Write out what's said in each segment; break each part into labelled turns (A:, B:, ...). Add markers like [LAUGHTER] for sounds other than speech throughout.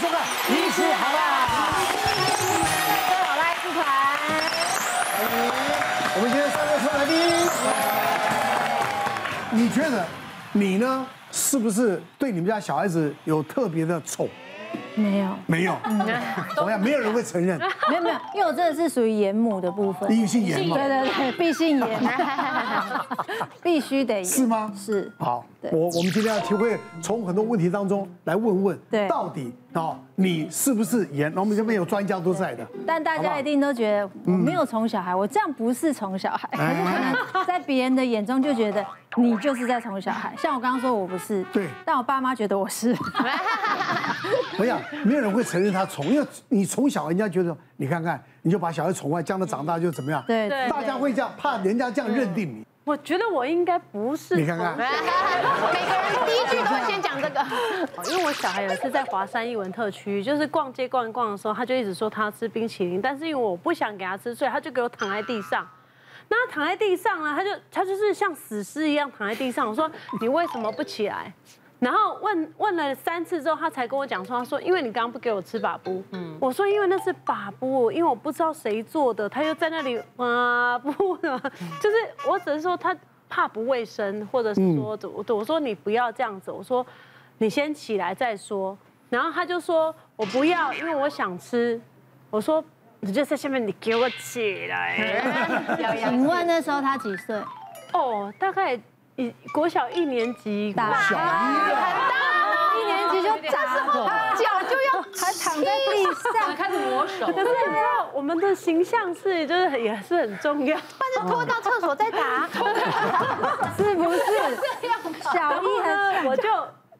A: 收看《医师好啦
B: 好啦，剧团，》，
A: 我们今天三位特来宾，你觉得你呢？是不是对你们家小孩子有特别的宠？
C: 没有，
A: 没有，同样没有人会承认，
C: 没有没有，因为我真的是属于严母的部分。
A: 你姓严嘛
C: 对，对对，必
A: [LAUGHS]
C: 姓严，必须得严
A: 是吗
C: 是。
A: 好，
C: 对
A: 我我们今天要体会从很多问题当中来问问，
C: 对
A: 到底哦，你是不是严？我们这边有专家都在的，
C: 但大
A: 好不好
C: 家一定都觉得我没有宠小孩，我这样不是宠小孩，可
A: 嗯
C: 是可能 [LAUGHS] 在别人的眼中就觉得你就是在宠小孩。像我刚刚说我不是，
A: 哎对
C: 但我爸妈觉得我是。
A: 我想没有人会承认他宠，因为你从小人家觉得，你看看，你就把小孩宠坏，将来长大就怎么样？
C: 对
D: 对
A: 大家会这样怕人家这样认定你。
D: 我觉得我应该不是。
A: 你看
D: [LAUGHS]
A: 看
B: 每个人第一句都会先讲这个。
D: 因为我小孩有一次在华山艺文特区，就是逛街逛一逛的时候，他就一直说他要吃冰淇淋，但是因为我不想给他吃，所以他就给我躺在地上。那他躺在地上呢，他就他就是像死尸一样躺在地上。我说你为什么不起来？然后问问了三次之后，他才跟我讲说，他说因为你刚刚不给我吃把布，嗯，我说因为那是把布，因为我不知道谁做的，他又在那里啊布的，就是我只是说他怕不卫生，或者是说我我说你不要这样子，我说你先起来再说。然后他就说我不要，因为我想吃。我说你就在下面，你给我起来。
C: [LAUGHS] 请问那时候他几岁？
D: 哦，大概一国小一年级，
C: 大
A: 小一啊，
C: 一年级就长，
B: 脚就要
C: 还躺在地上，
E: 开始磨手，
D: 可是你知道我们的形象是就是也是很重要。
B: 半着拖到厕所再打，
C: 是不是？ [LAUGHS] 小
D: 然后
C: 一很
D: 呢，我就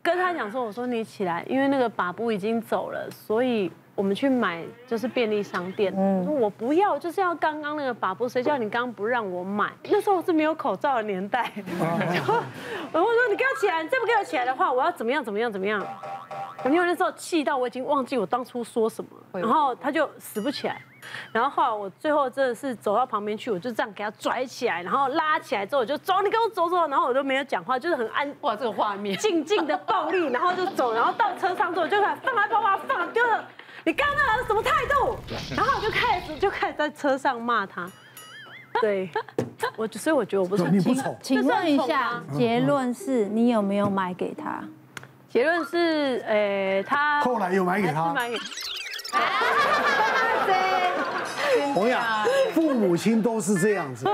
D: 跟他讲说，我说你起来，因为那个把布已经走了，所以我们去买就是便利商店。
C: 嗯
D: 我说我不要，就是要刚刚那个把布，谁叫你刚刚不让我买？那时候是没有口罩的年代。 [LAUGHS] 然后我说你给我起来，你再不给我起来的话，我要怎么样怎么样怎么样？因为那时候气到我已经忘记我当初说什么
C: 嗯
D: 了，然后他就死不起来。然后后来我最后真的是走到旁边去，我就这样给他拽起来，然后拉起来之后我就走，你给我走走，然后我就没有讲话，就是很安
E: 哇，这个画面，
D: 静静的暴力，然后就走，然后到车上之后我就把放开包包放啊丢了，你刚刚那是什么态度？然后我就开始就开始在车上骂他，对，我所以我觉得我不是
A: 你不宠，
C: 请问一下
D: 这算，
C: 结论是你有没有买给他？
D: 结论是，呃，他
A: 后来又买给
D: 还是
A: 他。
D: 买给
A: 我想父母亲都是这样子，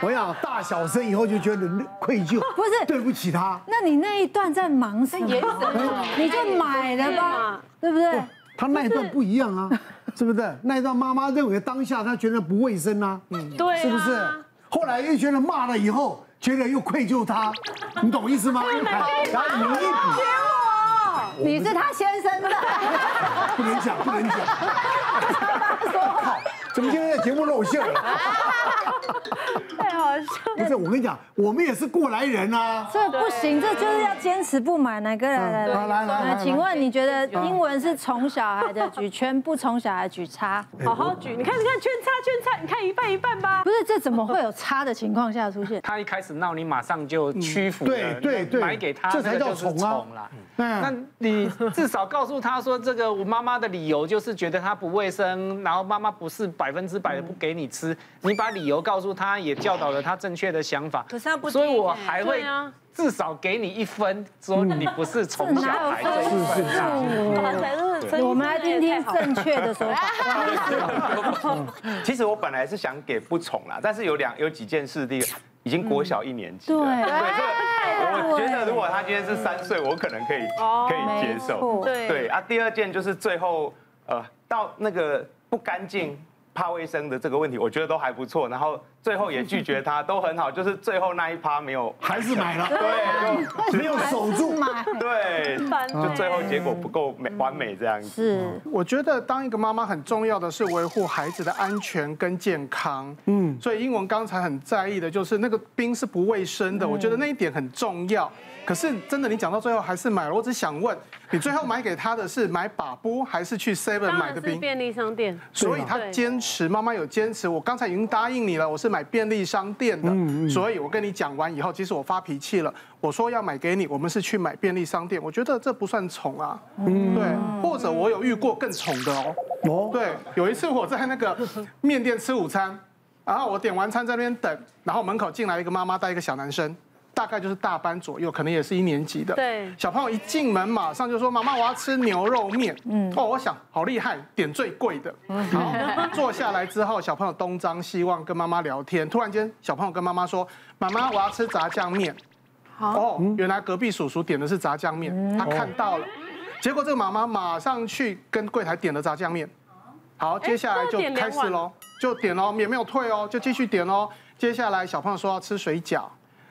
A: 我想大小声以后就觉得愧疚，
C: 不是
A: 对不起他，
C: 那你那一段在忙什么？ [LAUGHS] 你就买了吧，对不对？
A: 他那一段不一样啊，是不是？那一段妈妈认为当下她觉得不卫生啊，嗯，
D: 对啊
A: 是不是？后来又觉得骂了以后，觉得又愧疚他，你懂意思吗？哎然后你一比。
C: 你是他先生的，
A: 不能讲，不能讲。靠，怎么今天的节目露馅了？
D: 太好笑了。
A: 不是，我跟你讲，我们也是过来人啊。
C: 这不行，这就是要坚持不买。哪个来
A: 来
C: 来来
A: 来来来
C: 来，请问你觉得英文是宠小孩的举圈，不宠小孩举叉？
A: 哎
D: 好好举，你看，你看，圈叉圈叉，你看一半一半吧。
C: 不是，这怎么会有叉的情况下出现？
F: 他一开始闹，你马上就屈服了，
A: 嗯对对对
F: 买给他，
A: 这才
F: 那个
A: 叫
F: 就是
A: 宠啊
F: 宠啦。
A: 嗯
F: 那你至少告诉他说，这个我妈妈的理由就是觉得他不卫生，然后妈妈不是百分之百的不给你吃，你把理由告诉他，也教导了他正确的想法。
E: 可是他不
F: 所以
E: 听
F: 我
E: 哎
F: 还会
D: 对啊
F: 至少给你一分，说你不是
C: 这
F: 宠小
C: 哪有
F: 孩这一
C: 分
F: 分啊。
D: 哇
C: 数？
D: 塞真的真的
C: 我们来听听
D: 哎
C: 正确的说法。
G: 其实我本来是想给不宠啦，但是有两有几件事，第一个已经国小一年级了，
C: 对
G: 对，这个我觉得如果他今天是三岁，我可能可以可以接受，
D: 对
G: 对啊。第二件就是最后呃到那个不干净。怕卫生的这个问题，我觉得都还不错，然后最后也拒绝他，都很好，就是最后那一趴没有，
A: 还是买了，啊
G: 对，
A: 没有守住。
G: 就对，就最后结果不够美完美这样子。
C: 是，
H: 我觉得当一个妈妈很重要的是维护孩子的安全跟健康。嗯，所以英文刚才很在意的就是那个冰是不卫生的，我觉得那一点很重要。可是真的，你讲到最后还是买了。我只想问，你最后买给他的是买把布，还是去 Seven
D: 当
H: 买
D: 然
H: 的
D: 是
H: 冰？
D: 便利商店。
H: 所以他
D: 对
H: 坚持，妈妈有坚持。我刚才已经答应你了，我是买便利商店的，所以我跟你讲完以后，其实我发脾气了，我说要买给你，我们是去买便利商店。我觉得这不算宠啊，对。或者我有遇过更宠的哦，
A: 哦，
H: 对，有一次我在那个面店吃午餐，然后我点完餐在那边等，然后门口进来一个妈妈带一个小男生，大概就是大班左右，可能也是一年级的。
D: 对
H: 小朋友一进门马上就说：“妈妈，我要吃牛肉面。”嗯，哦，我想好厉害，点最贵的。好，坐下来之后，小朋友东张西望跟妈妈聊天，突然间小朋友跟妈妈说：“妈妈，我要吃炸酱面。”哦，原来隔壁叔叔点的是炸酱面，
D: 嗯
H: 他看到了，结果这个妈妈马上去跟柜台点了炸酱面。好，接下来就
D: 哎那点两
H: 开
D: 碗
H: 始喽，就点喽，也没有退哦，就继续点喽。接下来小朋友说要吃水饺，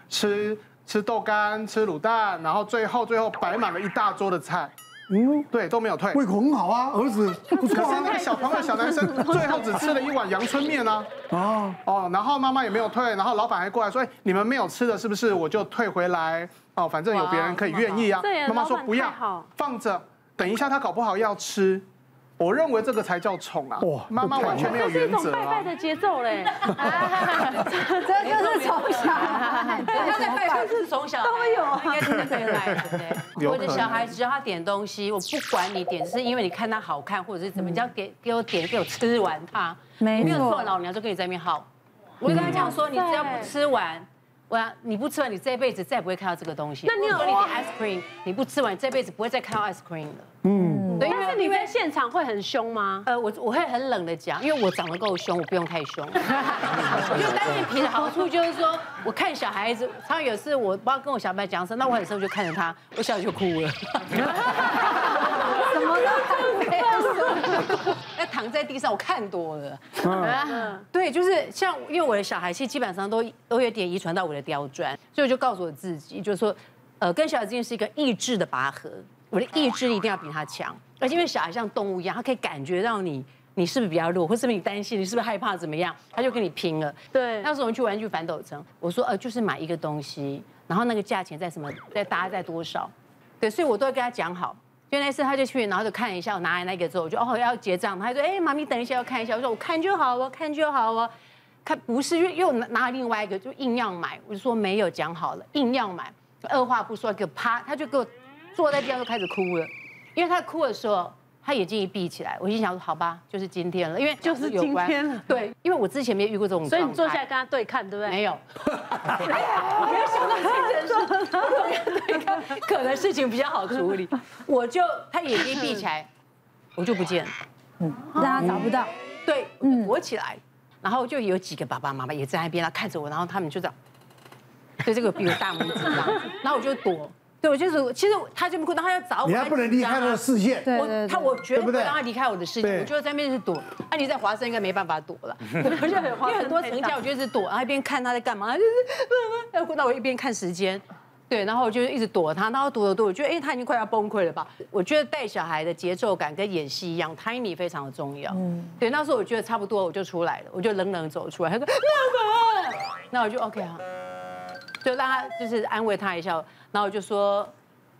H: 吃吃豆干，吃卤蛋，然后最后最后摆满了一大桌的菜，
A: 嗯，
H: 对，都没有退。
A: 胃口很好啊，儿子不错
H: 可是那
A: 啊
H: 个小朋友小男生最后只吃了一碗阳春面啊。
A: 啊，
H: 哦，然后妈妈也没有退，然后老板还过来说：“哎，你们没有吃的，是不是？我就退回来。哦，反正有别人可以愿意啊。
D: 对”
H: 妈妈说
D: 老：“板
H: 不要
D: 太好，
H: 放着，等一下他搞不好要吃。”我认为这个才叫宠啊
A: 哇！
H: 妈妈完全没有
D: 这是一
H: 原
D: 种
H: 则
D: 拜
H: 啊
D: 拜！的节奏
C: [LAUGHS]
D: 嘞，
C: 这就是从小孩，这
E: 他
C: 是
E: 在
C: 从
E: 拜
C: 小
E: 访是从小都有，应该真的可以买的，对不对？
H: 有
E: 我
H: 可能
E: 的小孩只要他点东西，我不管你点，只是因为你看他好看，或者是怎么，你
B: 嗯
E: 只要给给我点，给我吃完它，
C: 没错
E: 没有错，老娘就跟你在那边耗。我就跟他讲说，你只要不吃完。我要你不吃完，你这辈子再也不会看到这个东西。
D: 那你有
E: 我说你点 ice cream，你不吃完，你这辈子不会再看到 ice cream 了。嗯，对，因
D: 但
E: 为
D: 是你在现场会很凶吗？
E: 呃，我我会很冷的讲，因为我长得够凶，我不用太
C: [LAUGHS]
E: 凶。就单眼皮的好处就是说，我看小孩子，他有一次我不知道跟我小白讲什么，那我很生气就看着他，我小孩就哭了，
C: [LAUGHS] 什么都没有。
E: [LAUGHS] 那躺在地上我看多了。 [LAUGHS] 对，就是像因为我的小孩，其实基本上都都有点遗传到我的刁钻，所以我就告诉我自己，就是说，呃，跟小孩之间是一个意志的拔河，我的意志力一定要比他强，而且因为小孩像动物一样，他可以感觉到你。你是不是比较弱，或是不是你担心，你是不是害怕怎么样，他就跟你拼了。
D: 对
E: 那时候我们去玩具反斗城，我说呃，就是买一个东西，然后那个价钱在什么，在大概在多少，对，所以我都会跟他讲好。就那次他就去，然后就看一下，我拿来那个之后，我就哦要结账，他就说哎妈咪等一下要看一下，我说我看就好哦，看就好哦，看不是又又拿拿另外一个就硬要买，我就说没有讲好了，硬要买，二话不说给我啪，他就给我坐在地上就开始哭了，因为他哭的时候。他眼睛一闭起来，我心想说：“好吧，就是今天了，因为
D: 就是
E: 有关
D: 今天了
E: 对，因为我之前没有遇过这种状
D: 所
E: 态，
D: 以你坐下来跟他对看，对不对？
E: 没有，没有想到 [LAUGHS] 这件事，可能事情比较好处
D: [LAUGHS]
E: 理。我就他眼睛闭起来，我就不见了。
C: 大家找不到，
E: 对，嗯，躲起来，然后就有几个爸爸妈妈也在那边，他看着我，然后他们就这样，对这个比我大拇指这样子，然后我就躲。对，我就是，其实他就不哭，然后他要找我，
A: 你还不能离开
E: 他
A: 那个视线，
C: 对
E: 我他我绝对
A: 对
E: 不
A: 不对
E: 会让他离开我的视
A: 对
E: 线，我就在那边一直躲。啊，你在华生应该没办法躲了，我就很因为很多成家，我就一直躲，啊然后一边看他在干嘛，他就是呃那我一边看时间。对，然后我就一直躲他，然后躲躲躲，我觉得哎、他已经快要崩溃了吧？我觉得带小孩的节奏感跟演戏一样，timing 非常的重要。嗯，对，那时候我觉得差不多，我就出来了，我就冷冷地走出来，他说妈妈，那我就 OK 好，就让他就是安慰他一下，然后我就说，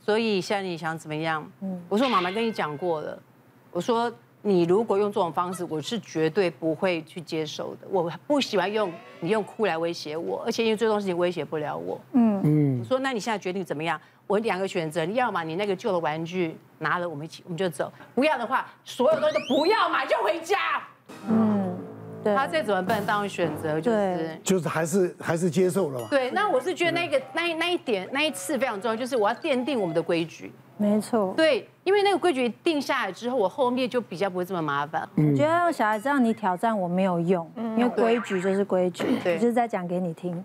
E: 所以现在你想怎么样？
C: 嗯
E: 我说妈妈跟你讲过了，我说你如果用这种方式，我是绝对不会去接受的，我不喜欢用你用哭来威胁我，而且因为这种事情威胁不了我。
C: 嗯
E: 我说那你现在决定怎么样？我两个选择，你要么你那个旧的玩具拿了，我们一起我们就走；不要的话，所有东西都不要买，就回家。
C: 嗯对，
E: 他再怎么办，当然选择就是
C: 对。
A: 就是还是还是接受了嘛。
E: 对，那我是觉得那个那一那一点那一次非常重要，就是我要奠定我们的规矩。
C: 没错。
E: 对，因为那个规矩定下来之后，我后面就比较不会这么麻烦。
C: 我觉得让小孩知道你挑战我没有用，因为规矩就是规矩，
E: 对
C: 我就是在讲给你听。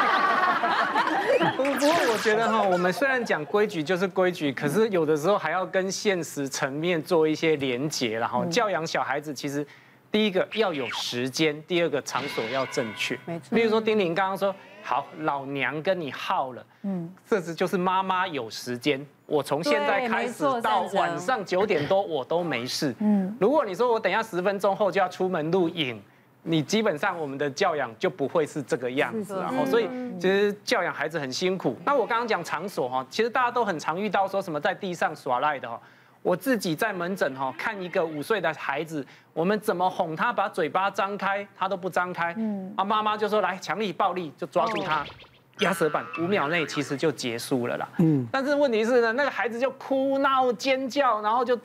F: [LAUGHS] 不不过我觉得哈，我们虽然讲规矩就是规矩，可是有的时候还要跟现实层面做一些连结然
E: 嗯
F: 后教养小孩子其实。第一个要有时间，第二个场所要正确。
E: 没错
F: 比如说丁玲刚刚说，好，老娘跟你耗了，嗯，这是就是妈妈有时间，我从现在
E: 对
F: 开
E: 没
F: 始
E: 错
F: 到
E: 赞成
F: 晚上九点多我都没事。嗯，如果你说我等一下十分钟后就要出门录影，你基本上我们的教养就不会是这个样子，然后所以其实教养孩子很辛苦。那我刚刚讲场所哈，其实大家都很常遇到说什么在地上耍赖的哈。我自己在门诊哈看一个五岁的孩子，我们怎么哄他把嘴巴张开，他都不张开，啊妈妈就说来强力暴力就抓住他，压舌板五秒内其实就结束了啦。嗯，但是问题是呢，那个孩子就哭闹尖叫，然后就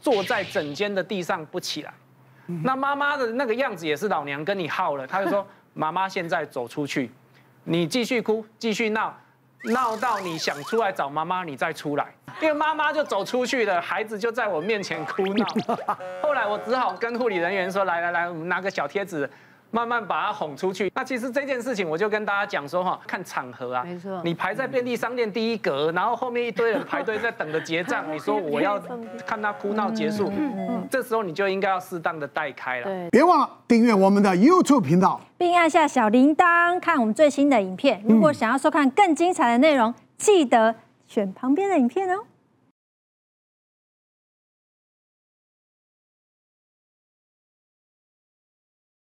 F: 坐在整间的地上不起来。
E: 嗯
F: 那妈妈的那个样子也是老娘跟你耗了，她就说妈妈现在走出去，你继续哭，继续闹，闹到你想出来找妈妈，你再出来。因为妈妈就走出去了，孩子就在我面前哭
E: [LAUGHS]
F: 闹。后来我只好跟护理人员说，来来来，我们拿个小贴纸。慢慢把他哄出去。那其实这件事情，我就跟大家讲说哈，看场合啊，
E: 没错
F: 你排在便利商店第一格，然后后面一堆人排队在等着结账，你说我要看他哭闹结束，这时候你就应该要适当的带开了。
A: 别忘了订阅我们的 YouTube 频道。
C: 并按下小铃铛看我们最新的影片。如果想要收看更精彩的内容，记得选旁边的影片哦。